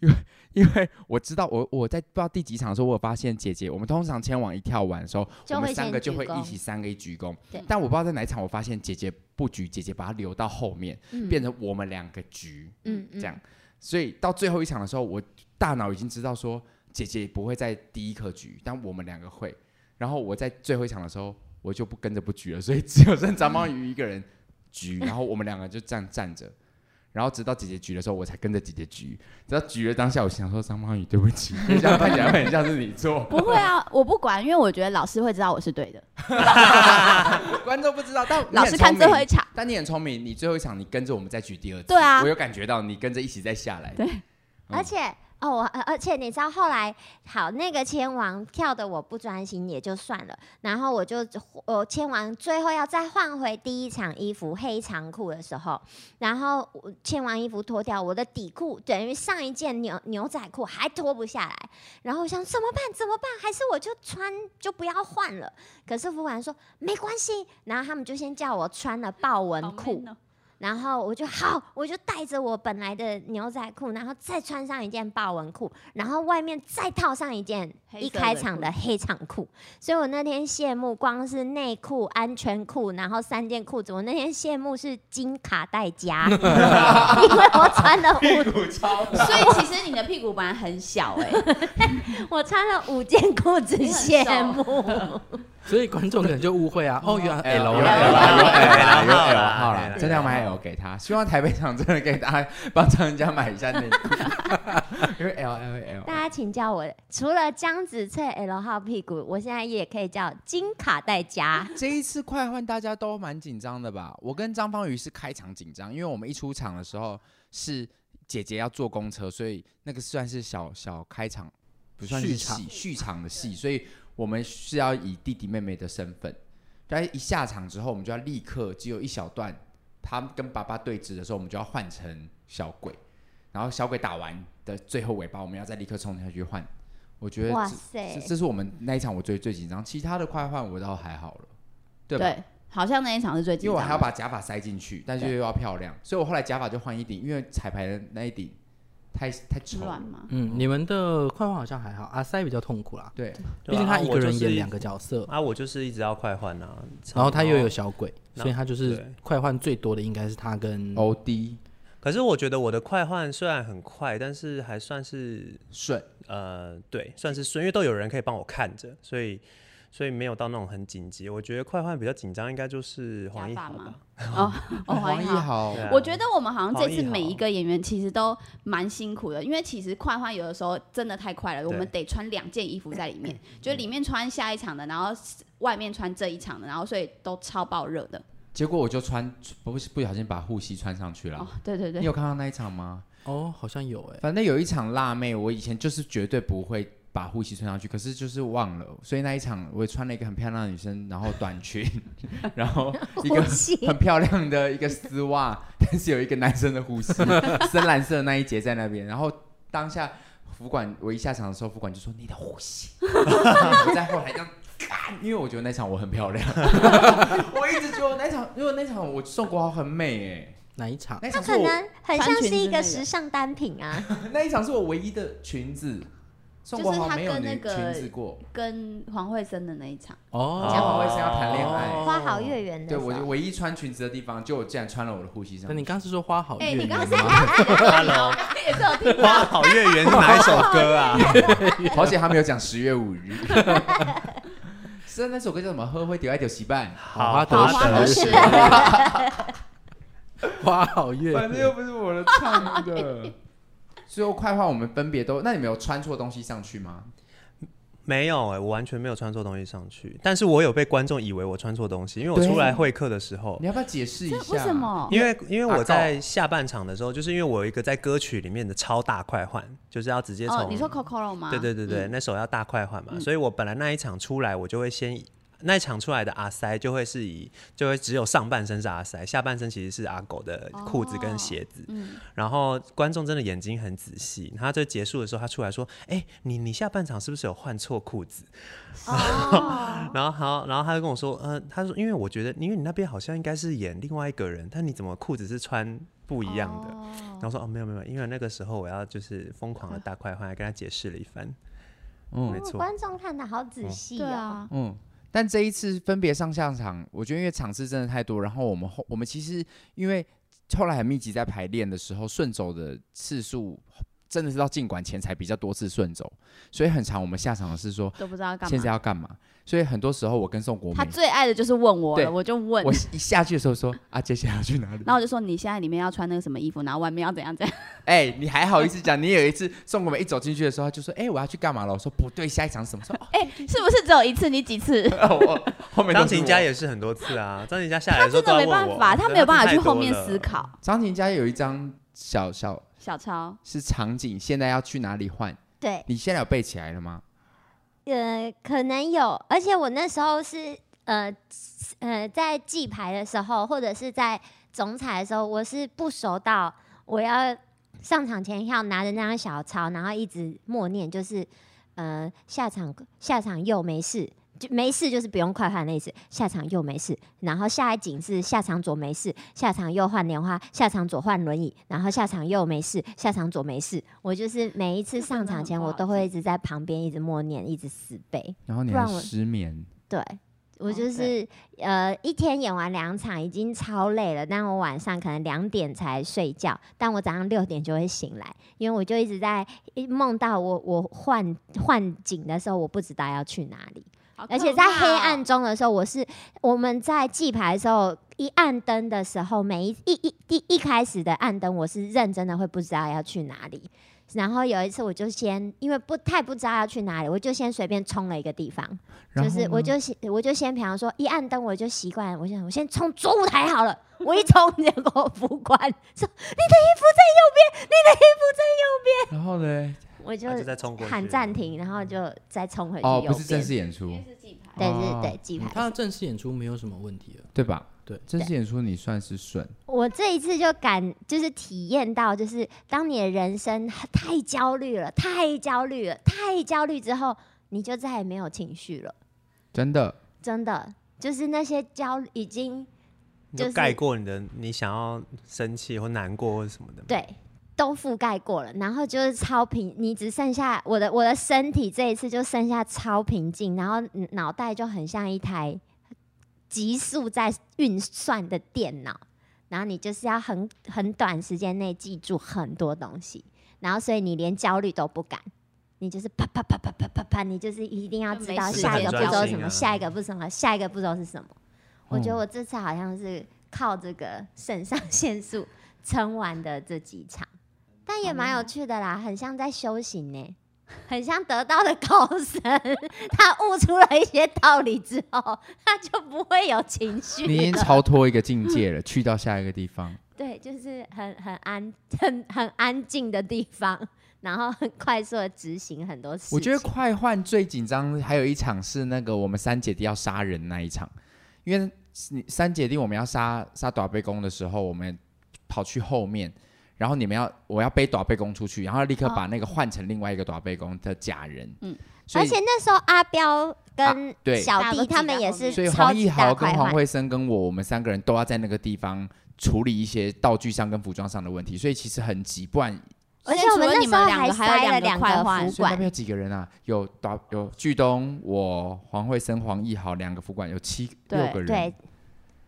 因为因为我知道我我在不知道第几场的时候，我有发现姐姐，我们通常前往一跳完的时候，
就
我们
会
三
先
个就
鞠
会一
躬
起三个一鞠躬
对，
但我不知道在哪一场，我发现姐姐不鞠，姐姐把它留到后面，
嗯
变成我们两个鞠，
嗯
这样，所以到最后一场的时候，我大脑已经知道说姐姐不会在第一颗局，但我们两个会。然后我在最后一场的时候，我就不跟着不局了，所以只有剩张曼玉一个人 局，然后我们两个就这样站着。然后直到姐姐局的时候，我才跟着姐姐局。直到局的当下，我想说张曼玉对不 起，因为这样看起来会很像是你做。
不 会啊，我不管，因为我觉得老师会知道我是对的，
观众不知道，但你
老
很
师看
聪
最后
明
一场。
但你很聪明，你最后一场你跟着我们再举第二次，
对啊
我有感觉到你跟着一起再下来。
对
而且哦，我呃而且你知道后来好那个签王跳的我不专心也就算了，然后我就我签完最后要再换回第一场衣服黑长裤的时候，然后我签完衣服脱掉，我的底裤等于上一件牛牛仔裤还脱不下来，然后我想怎么办怎么办，还是我就穿就不要换了。可是服务员说没关系，然后他们就先叫我穿了哦豹纹
哦
裤。然后我就好，我就带着我本来的牛仔裤，然后再穿上一件豹纹裤，然后外面再套上一件
黑色
一
的
开场的黑长裤。所以我那天谢幕，光是内裤、安全裤，然后三件裤子，我那天谢幕是金卡 带夹，因为我穿了五，
所以其实你的屁股本来很小 哎、
我穿了五件裤子
你很
谢
瘦
幕。
所以观众可能就误会 啊，哦，原
哎
来
L
L
有 L
啦。
啦有 L 有 L
啦
号了，真的要买 L 给他。希望台北场真的给大家帮常人家买一下内裤，因为 L L L。
大家请叫我，除了江子翠 L 号屁股，我现在也可以叫金卡带夹。
这一次快换大家都蛮紧张的吧？我跟张方宇是开场紧张，因为我们一出场的时候是姐姐要坐公车，所以那个算是小小开场，不算是
续
戏
场
续场的戏，所以我们是要以弟弟妹妹的身份。但一下场之后，我们就要立刻只有一小段，他跟爸爸对峙的时候，我们就要换成小鬼，然后小鬼打完的最后尾巴，我们要再立刻冲下去换。我觉得
哇
这
塞
这！这是我们那一场我最最紧张，其他的快换我倒还好了，对吧？
对，好像那一场是最
因
紧
为我
张的。
还要把假发塞进去，但是
对
又要漂亮，所以我后来假发就换一顶，因为彩排的那一顶太太丑
乱
了。
嘛。
嗯，你们的快换好像还好，阿塞比较痛苦啦，
对，
对
毕竟
啊
他
啊
一个
我就
人演
是
两个角色，
啊，我就是一直要快换啊，
然后他又有小鬼，
哦那
所以他就是
对哦
快换最多的应该是他跟
欧弟
可是我觉得我的快换虽然很快，但是还算是
顺，
呃，对，算是顺，因为都有人可以帮我看着，所以所以没有到那种很紧急。我觉得快换比较紧张，应该就是黄一
假发
豪
吗
吧。
哦，哦，
哎黄
黄
奕
一豪。
豪
对啊
我觉得我们好像这
黄
次
奕豪
每一个演员其实都蛮辛苦的，因为其实快换有的时候真的太快了，我们得穿两件衣服在里 面，就是里面穿下一场的，然后外面穿这一场的，然后所以都超爆热的。
结果我就穿不不小心把护膝穿上去
啊
哦
了。，
对对
你
对，
有看到那一场吗？
哦，好像有哎、
反正有一场辣妹，我以前就是绝对不会把护膝穿上去，可是就是忘了，所以那一场我也穿了一个很漂亮的女生，然后短裙， 然后一个
呼吸
很漂亮的一个丝袜， 但是有一个男生的护膝，深蓝色的那一节在那边。然后当下服管我一下场的时候，服管就说你的护膝， 我在后台这样。干因为我觉得那场我很漂亮， 我一直觉得我那场，因为那场我宋国豪很美
哪一场
哎、？那
它
场是
可
我
能很像是一个
穿裙子那个
时尚单品啊。
那一场是我唯一的裙子，宋国
就是
豪
他
没有
跟
女
那个哦
裙子过，
跟黄慧生的那一场，
哦，
讲黄慧生要谈恋爱
花好月圆的时
哦对
候，
我就唯一穿裙子的地方，就我竟然穿了我的护膝上
那。你刚刚是说花好
哎
月
你
圆
刚
吗？
Hello，
也是有听到。
花好月圆是哪一首歌啊？
好险他没有讲十月五日。是啊那首歌叫什么？喝会丢爱丢洗半，
好花
好
朵
花都是
是 花好月
反正
圆
又不是我的唱的。最后快话我们分别都，那你们有穿错东西上去吗？
没有哎、我完全没有穿错东西上去，但是我有被观众以为我穿错东西，因为我
对
出来会客的时候
你，要不要解释一下？
为什？么？
因为因为
阿
我
告
在下半场的时候，就是因为我有一个在歌曲里面的超大快换，就是要直接从、
哦，你说 Coco 吗？
对对对对，
嗯，
那首要大快换嘛，所以我本来那一场出来，我就会先以那一场出来的阿塞就会是以就会只有上半身是阿塞，下半身其实是阿狗的裤子跟鞋子。
哦嗯
然后观众真的眼睛很仔细，他就结束的时候，他出来说：“哎、你你下半场是不是有换错裤子？”
哦，
然后好，然后他就跟我说，呃，他说，因为我觉得，因为你那边好像应该是演另外一个人，但你怎么裤子是穿不一样的？然后说，哦，没有没有，因为那个时候我要就是疯
嗯
狂的大快换，还跟他解释了一番。
嗯
没
哦
错
观众看的好仔细
对
哦。
啊，
嗯，但这一次分别上下场，我觉得因为场次真的太多，然后我们后我们其实因为后来很密集在排练的时候，顺走的次数真的是到尽管前才比较多次顺走，所以很长我们下场的是说
都不知道干
现在
嘛。
要干嘛，所以很多时候我跟宋国
他
明，
最爱的就是问我
对
了，我就问
我，一下去的时候说啊，接下来要去哪里？
然后我就说你现在里面要穿那个什么衣服，然后外面要怎样怎 样。
哎、你还好意思讲？你有一次宋国明一走进去的时候，他就说哎、我要去干嘛了？我说不对，下一场什么？说
哎，是不是只有一次？你几次？
哦，我后面都
张
是
琴
我
佳也是很多次啊，张琴佳下来
他
的时候
真
都
的
要
没
问
办
我，
法，他没有办法去后面
真的
思
是太多了。
考。
张琴佳有一张小小
小超，
是场景，现在要去哪里换？
对，
你现在有背起来了吗？
呃，可能有，而且我那时候是呃呃在记牌的时候，或者是在总彩的时候，我是不熟到我要上场前要拿着那张小抄，然后一直默念，就是呃下场下场又没事。就没事，就是不用快换那一次。下场又没事，然后下一景是下场左没事，下场右换莲花，下场左换轮椅，然后下场右没事，下场左没事。我就是每一次
这真的
上场
很
前，
不
我
好
都会
记
一直在旁边一直默念，一直死背。
然后你
不
还
然我
失眠，
对我
哦
就
对
是、呃一天演完两场已经超累了，但我晚上可能两点才睡觉，但我早上六点就会醒来，因为我就一直在一梦到我我换换景的时候，我不知道要去哪里，而且在
哦
黑暗中的时候，我是我们在记牌的时候。一按灯的时候，每一一一第一开始的按灯，我是认真的会不知道要去哪里。然后有一次，我就先因为不太不知道要去哪里，我就先随便冲了一个地方，
然
就
后
是我
呢
就先我就先，比方说一按灯我就习惯，我想我先冲左舞台好了，我一冲结果副官说
然后呢？
你的衣服在右边，
他
我
啊就
就
再冲过去嗯
喊暂停，然后就再冲回去
哦，
右
不是正
边
式演出，
对
哦
对对，记牌。
嗯他的正式演出没有什么问题了。
对吧？
对
正式演出你算是顺，
我这一次就感就是体验到，就是当你的人生太焦虑了，太焦虑了，太焦虑之后，你就再也没有情绪了，
真的。
真的就是那些焦已经
你就
就是
盖过你的你想要生气或难过或什么的。，
对，都覆盖过了，然后就是超平，你只剩下我的我的身体这一次就剩下超平静，然后脑袋就很像一台急速在运算的电脑，然后你就是要很很短时间内记住很多东西，然后所以你连焦虑都不敢。你就是啪啪啪啪啪啪啪，你就是一定要
就
知
没
道
事
下一个
就
步
很
骤
专
是什
心
么，
啊
下一个步骤是什么，下一个步骤是什么。我觉得
嗯
我这次好像是靠这个肾上腺素撑完的这几场，但也蛮
哦
有趣的啦，很像在修行呢，很像得到的高僧， 他悟出了一些道理之后，他就不会有情绪
你已经
了
超脱一个境界了，去到下一个地方。
对，就是很很安很很安静的地方，然后很快速的执行很多事情。
我觉得快换最紧张，还有一场是那个我们三姐弟要杀人那一场，因为你三姐弟我们要杀杀短背公的时候，我们跑去后面，然后你们要我要背短背公出去，然后立刻
哦
把那个换成另外一个短背公的假人。嗯
嗯，
所
而
以
且那时候阿彪跟
啊对
小
大家
弟
都
他们
挤在
也
后面
是
所以
超
黄
级
奕
大
豪跟
快
黄
换，
慧生跟我，我们三个人都要在那个地方处理一些道具上跟服装上的问题，所以其实很急，不然
而且
现在
我们
除了
那
你
时候
们两
还
个还
塞
有
了
两个
两
快
个
换
服
所以那边
管，
有几个人啊？有打有巨东，我黄慧生、黄奕豪两个副管，有七
对
六个人，
对，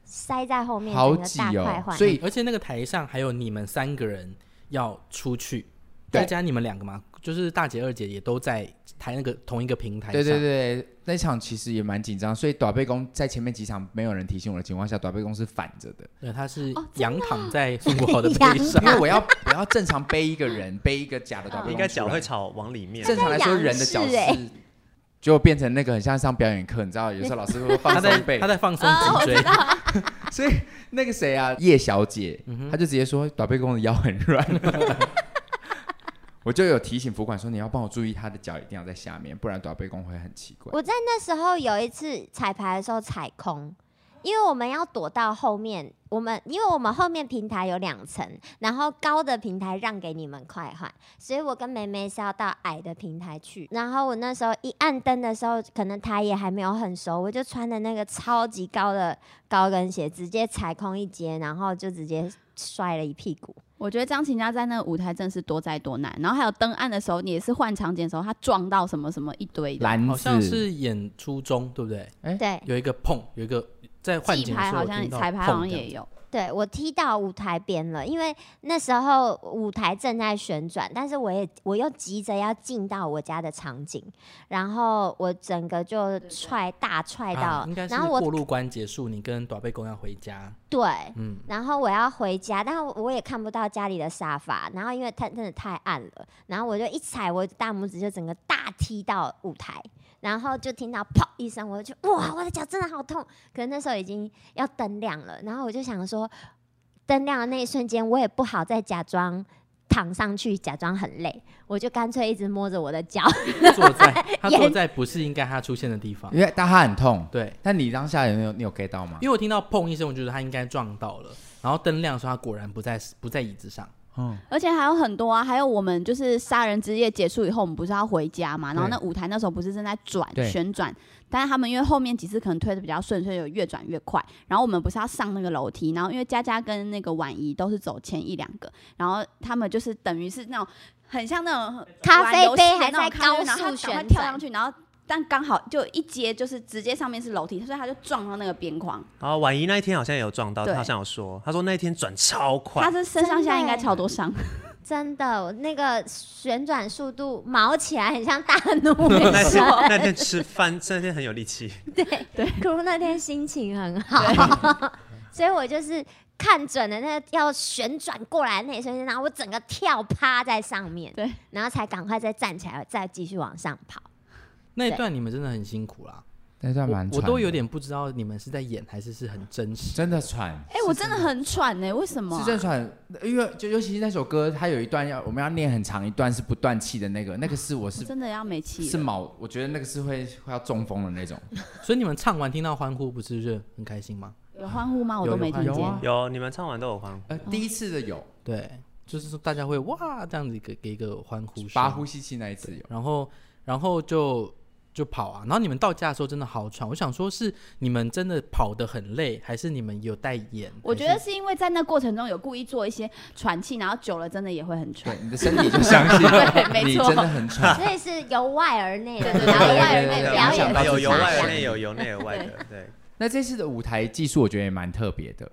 塞在后面
好
整个
挤
大快
哦。
换。
所以
而且那个台上还有你们三个人要出去，
对
再加你们两个嘛，就是大姐二姐也都在台那个同一个平台上。
对对对，那场其实也蛮紧张，所以短背公在前面几场没有人提醒我的情况下，短背公是反着 的，
对，他是仰躺在宋国豪的
仰
背
躺
上
因。为我要我要正常背一个人，背一个假的短啊背公出来，
啊应该脚会朝往里面。
正常来说，
他在仰
人的脚
视欸
是就变成那个很像上表演课，你知道，有时候老师会
他
哦
放
在
松背
他，在放松脊椎，
所以那个谁啊，叶小姐，
嗯
她就直接说短背公的腰很 软。我就有提醒服管说，你要帮我注意她的脚一定要在下面，不然短背公会很奇怪。
我在那时候有一次彩排的时候踩空，因为我们要躲到后面，我们因为我们后面平台有两层，然后高的平台让给你们快换，所以我跟梅梅是要到矮的平台去。然后我那时候一按灯的时候，可能她也还没有很熟，我就穿的那个超级高的高跟鞋，直接踩空一阶，然后就直接摔了一屁股。
我觉得张琴佳在那个舞台真是多灾多难，然后还有登岸的时候，你也是换场景的时候，他撞到什么什么一堆的，
篮
好像
子
是演初中，对不对？
对
有一个碰，有一个在换
记
景的时
牌
候
好
有
像
听到
彩排好像
碰这
也
样子。
有，
对，我踢到舞台边了，因为那时候舞台正在旋转，但是我也我又急着要进到我家的场景，然后我整个就踹大踹
啊
到
应该，是
然后
过
我
路关结束，你跟短背公要回家，
对，
嗯，
然后我要回家，但我也看不到家里的沙发，然后因为它真的太暗了，然后我就一踩，我大拇指就整个大踢到舞台，然后就听到砰一声，我就哇，我的脚真的好痛。可是那时候已经要灯亮了，然后我就想说，灯亮的那一瞬间，我也不好再假装。躺上去假装很累，我就干脆一直摸着我的脚，
坐 在他坐
演
在不是应该他出现的地方，
因为大家很痛，
对。
但你当下有没有你有 get 到吗？
因为我听到砰一声，我觉得他应该撞到了，然后灯亮的时候，他果然不在不在椅子上，
嗯，
而且还有很多啊，还有我们就是杀人之夜结束以后，我们不是要回家嘛，然后那舞台那时候不是正在转
对
旋转，但是他们因为后面几次可能推的比较顺，所以有越转越快。然后我们不是要上那个楼梯，然后因为佳佳跟那个婉仪都是走前一两个，然后他们就是等于是那种很像那种
咖啡
玩游戏
杯
的
还
那种
在
咖啡
高
杯然后他
速
赶快
旋
跳上
转，
去，然后。但刚好就一接，就是直接上面是楼梯，所以他就撞到那个边框。
然后婉仪那一天好像也有撞到，
对
她好像有说，她说那一天转超快
他，是身上现在应该超多伤，
真的，那个旋转速度毛起来很像大怒没
那天
错。
那天吃饭，那天很有力气。
对
对，
可如那天心情很好，所以我就是看准了那个要旋转过来的那一瞬间，然后我整个跳趴在上面，
对，
然后才赶快再站起来，再继续往上跑。
那一段你们真的很辛苦啦，
那段蛮
我
喘
我
的
都有点不知道你们是在演还是是很真实。
真的喘，
哎、我真的很喘呢、为什么啊、
是真的喘，因为就尤其是那首歌，它有一段要我们要念很长一段是不断气的那个，那个是我是
啊真的要没气
是
了。
毛，我觉得那个是会会要中风的那种。
所以你们唱完听到欢呼，不是就很开心吗？
有欢呼哦吗？我都
有
没听
有
见。
啊
有你们唱完都有欢呼，
呃，第一次的有
对，就是说大家会哇这样子给给一个欢呼声，
拔呼吸器那一次有，
然后然后就就跑啊。然后你们到家的时候真的好喘，我想说是你们真的跑得很累，还是你们有带盐？
我
还
觉得是因为在那过程中有故意做一些喘气，然后久了真的也会很
对
喘，。
你的身体就相信
对没
你
错
真的很喘。
所以是由外而内的，
对对
然后
对
外而
对对
内
对
表
没想
演
到
有
是
由
这
外
样
而内，有由内而外的，对。
那这次的舞台技术我觉得也蛮特别的，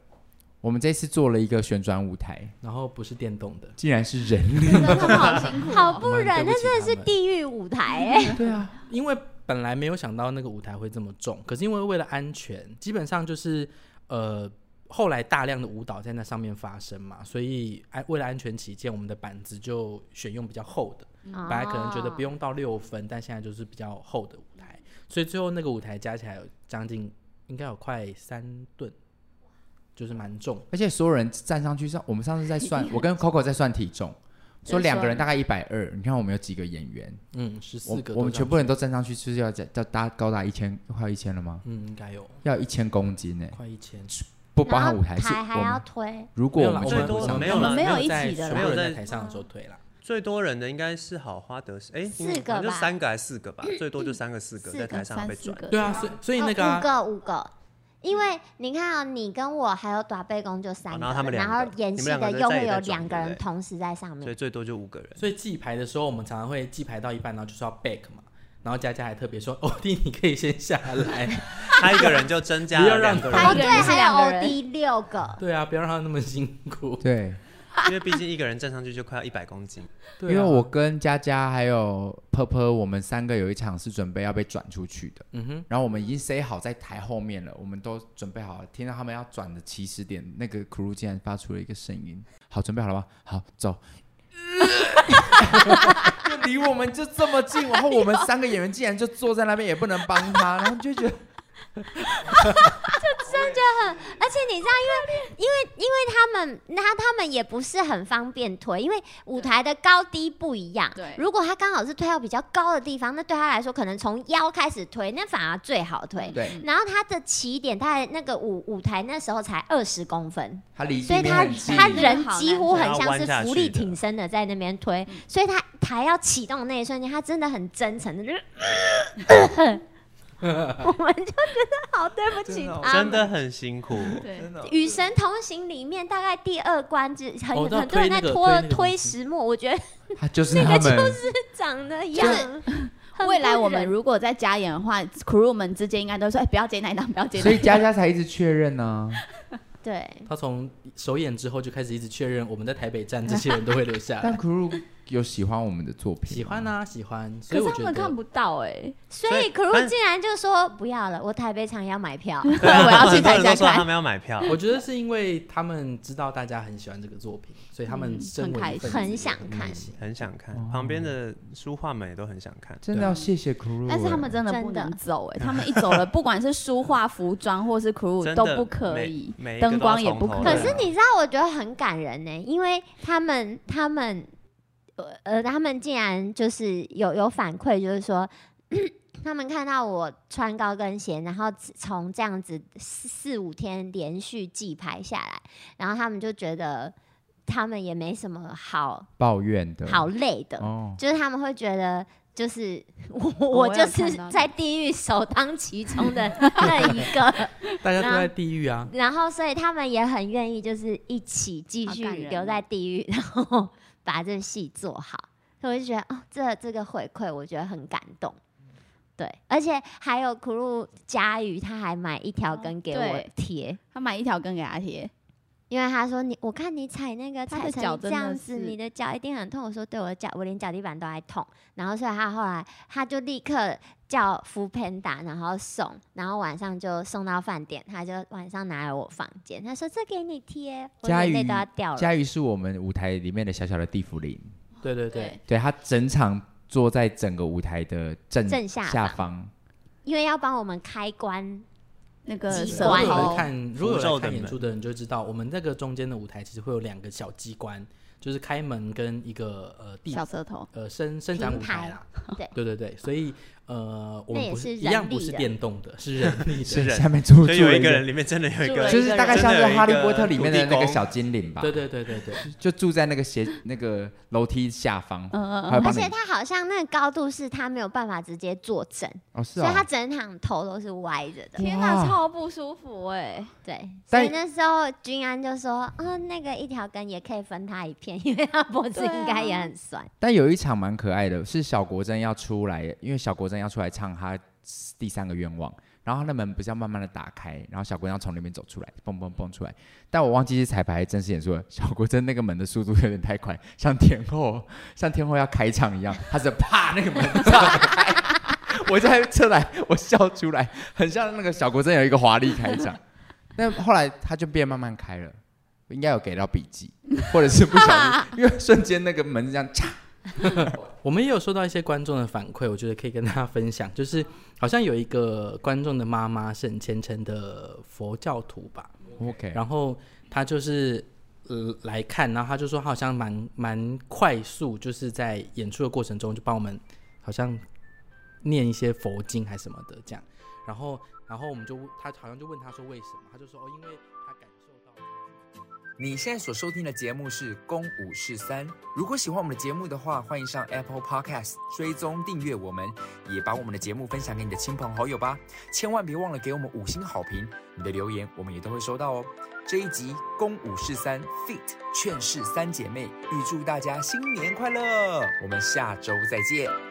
我们这次做了一个旋转舞台，
然后不是电动的，
竟然是人 力，
真的他们好 辛苦、
好
哦。
不忍，那真的是地狱舞台哎、
对啊，
因为本来没有想到那个舞台会这么重，可是因为为了安全，基本上就是呃后来大量的舞蹈在那上面发生嘛，所以安为了安全起见，我们的板子就选用比较厚的，本来可能觉得不用到六分，但现在就是比较厚的舞台，所以最后那个舞台加起来有将近应该有快三吨，就是蛮重。
而且所有人站上去上，我们上次在算，我跟 Coco 在算体重，说两个人大概一百二，你看我们有几个演员，
嗯，十四
我
个
我们
都
全
上
部人都站上去，就是要在要达高达一千，快要一千了吗？
嗯应该有
要一千公斤呢、
快一千，
不包
然后
含舞台是我
还要
们。
推，
如果我们
最
全
多
部上
没有啦
没有一
在
起的啦
所有人
没有
在
在
台上的时候退啦。
最多人的应该是好花德士，哎，
四个吧
好像就 三个还是四个吧，最多就三个四个
四个
在台上
三
被
四
转。
个，
啊对啊，所以所以那个、
哦
啊
五个五个，因为你看哦，你跟我还有短背公就三个
哦
人，
然后他们两个
然后演戏
你们两个
的
在
又
在
会
在
有
转
两个
对不
人
对
同时在上面
所以。最多就五个人。
所以记牌的时候，我们常常会记牌到一半，然后就说要 back 嘛。然后佳佳还特别说：“欧弟，你可以先下来。
他一个人就 增加
不要
了
让
两个
他
哦，
一个
对，
人，
人是
还
两个
有
人
OD 六个”，
对啊，不要让他那么辛苦。
对，
因为毕竟一个人站上去就快要一百公斤。
对啊
因为我跟佳佳还有婆婆，我们三个有一场是准备要被转出去的，
嗯哼，
然后我们已经塞好在台后面了，我们都准备好了。听到他们要转的起始点，那个 crew 竟然发出了一个声音：“好，准备好了吗？好，走。” 就离我们就这么近，然后我们三个演员竟然就坐在那边，也不能帮他，然后就觉得
而且你知道，因为因为因为他们那他们也不是很方便推，因为舞台的高低不一样。
对
如果他刚好是推到比较高的地方，那对他来说可能从腰开始推，那反而最好推。
对
嗯
然后他的起点，他的那个舞舞台那时候才二十公分，
他离
所以
地面
他
很近，
他人几乎很
要
像
弯
是
下
浮
去
力
的
挺身的在那边推，所以他台要启动的那一瞬间，他真的很真诚的，就是 我们就觉得好对不起
哦
他，
真的很辛苦，
啊对，
与神同行里面大概第二关就很、
哦到
很多
推
人
那
在
个
拖
推那个东西
推石墨，我觉得
他就是他们，
长得一样。很
未来
不
我们
忍
如果再加演的话，crew 们之间应该都说：“哎，不要接那一档，不要接
所
那一
以
档。
佳佳才一直确认呢、
对
他从首演之后就开始一直确认，我们在台北站这些人都会留下来
但。crew 有喜欢我们的作品，
喜欢。啊，喜欢。”所
可
以
是
我
他
觉
们看
得
不到哎、
所
所
以
以
crew
但
竟然就说不要了，我台北场要买票。
对， 我要去
很多
台
人
下
都说啊他
看。
们要买票，
我觉得是因为他们知道大家很喜欢这个作品，所以他们
嗯
身
很
为
开
一份
心
子嗯
很想
很
看
开心
很想看。旁边的书画们也都很想看。
哦真的要谢谢 crew，
但是他们
欸
真的不
真的
能走哎、他们一走了，不管是书画、服装或是 crew
真的
都不可以
每每，一个都
灯
要
光也不
从头
可
可
来
以
是。你知道，我觉得很感人呢、因为他们他们呃呃，他们竟然就是有有反馈，就是说。 他们看到我穿高跟鞋，然后从这样子四四五天连续记牌下来，然后他们就觉得他们也没什么好
抱怨的，
好累的，
哦，
就是他们会觉得，就是我
哦我
我
有
就是
看到
在地狱首当其冲的那一个，
大家都在地狱啊，
然后所以他们也很愿意就是一起继续
好感人哦
留在地狱，然后把这戏做好。所以我就觉得哦，这这个回馈我觉得很感动。对，而且还有 crew 佳瑜，他还买一条
哦
根给我
对
贴，
他买一条根给他贴，
因为他说你，我看你踩那个
他
踩
的脚
成这
真的
样子，
是
你的脚一定很痛。我说对，我的脚我连脚底板都还痛。然后所以他后来他就立刻叫扶 Panda，然后送，然后晚上就送到饭店，他就晚上拿来我房间，他说这给你贴，我
佳
眼泪
瑜
都要掉了。
佳瑜是我们舞台里面的小小的地府灵，
对对对
对，，
对他整场坐在整个舞台的正
正下方
方，
因为要帮我们 开关，
那个
机
舌
如果
关
有
头
来看，如果有
符咒
来看
的
演
门
出的人就知道，我们那个中间的舞台其实会有两个小机关，就是开门跟一个呃地
小舌头，
呃伸伸展舞台啦。
台
对对对，所以呃，我
那
们
也
不
是
一
人
样不
力
是
的
电动的，是人力
是
的。
人
下面住
所以
住
有
了
一
一
个
个
人，里面真的有一
住
个
了
人，
就是大概像是《哈利波特》里面的那
真的有一
个
个
小精灵吧
对，对对对对，
就住在那个斜那个楼梯下方，
嗯
还有
嗯
而
帮你
且他好像那个高度是他没有办法直接坐正，
哦是
所以他
哦，
整场头都是歪着的
嗯，。 天哪，
哇
超不舒服哎、
对，所
但
以那时候君安就说：“哦，那个一条根也可以分他一片，因为他脖子
对啊
应该也很酸。
但有一场蛮可爱的，是小国珍要出来，因为小国珍要出来唱他第三个愿望，然后他的门不是要慢慢的打开，然后小国珍要从里面走出来，蹦蹦蹦出来。但我忘记是彩排还是真实演出了，小国珍那个门的速度有点太快，像天后像天后要开唱一样，他是啪那个门炸开，我在车来我笑出来，很像那个小国珍有一个华丽开场，但后来他就变慢慢开了。应该有给到笔记，或者是不小心， 因为瞬间那个门是这样嚓
我们也有收到一些观众的反馈，我觉得可以跟大家分享，就是好像有一个观众的妈妈是很虔诚的佛教徒吧，
OK，
然后他就是呃来看，然后他就说他好像蛮蛮快速，就是在演出的过程中就帮我们好像念一些佛经还是什么的这样，然后然后我们就问他好像就问他说为什么，他就说哦因为他感受到。
你现在所收听的节目是《公五是三》。如果喜欢我们的节目的话，欢迎上 Apple Podcast 追踪订阅我们，也把我们的节目分享给你的亲朋好友吧。千万别忘了给我们五星好评，你的留言我们也都会收到哦。这一集《公五是三 Fit 劝世三姐妹》，预祝大家新年快乐！我们下周再见。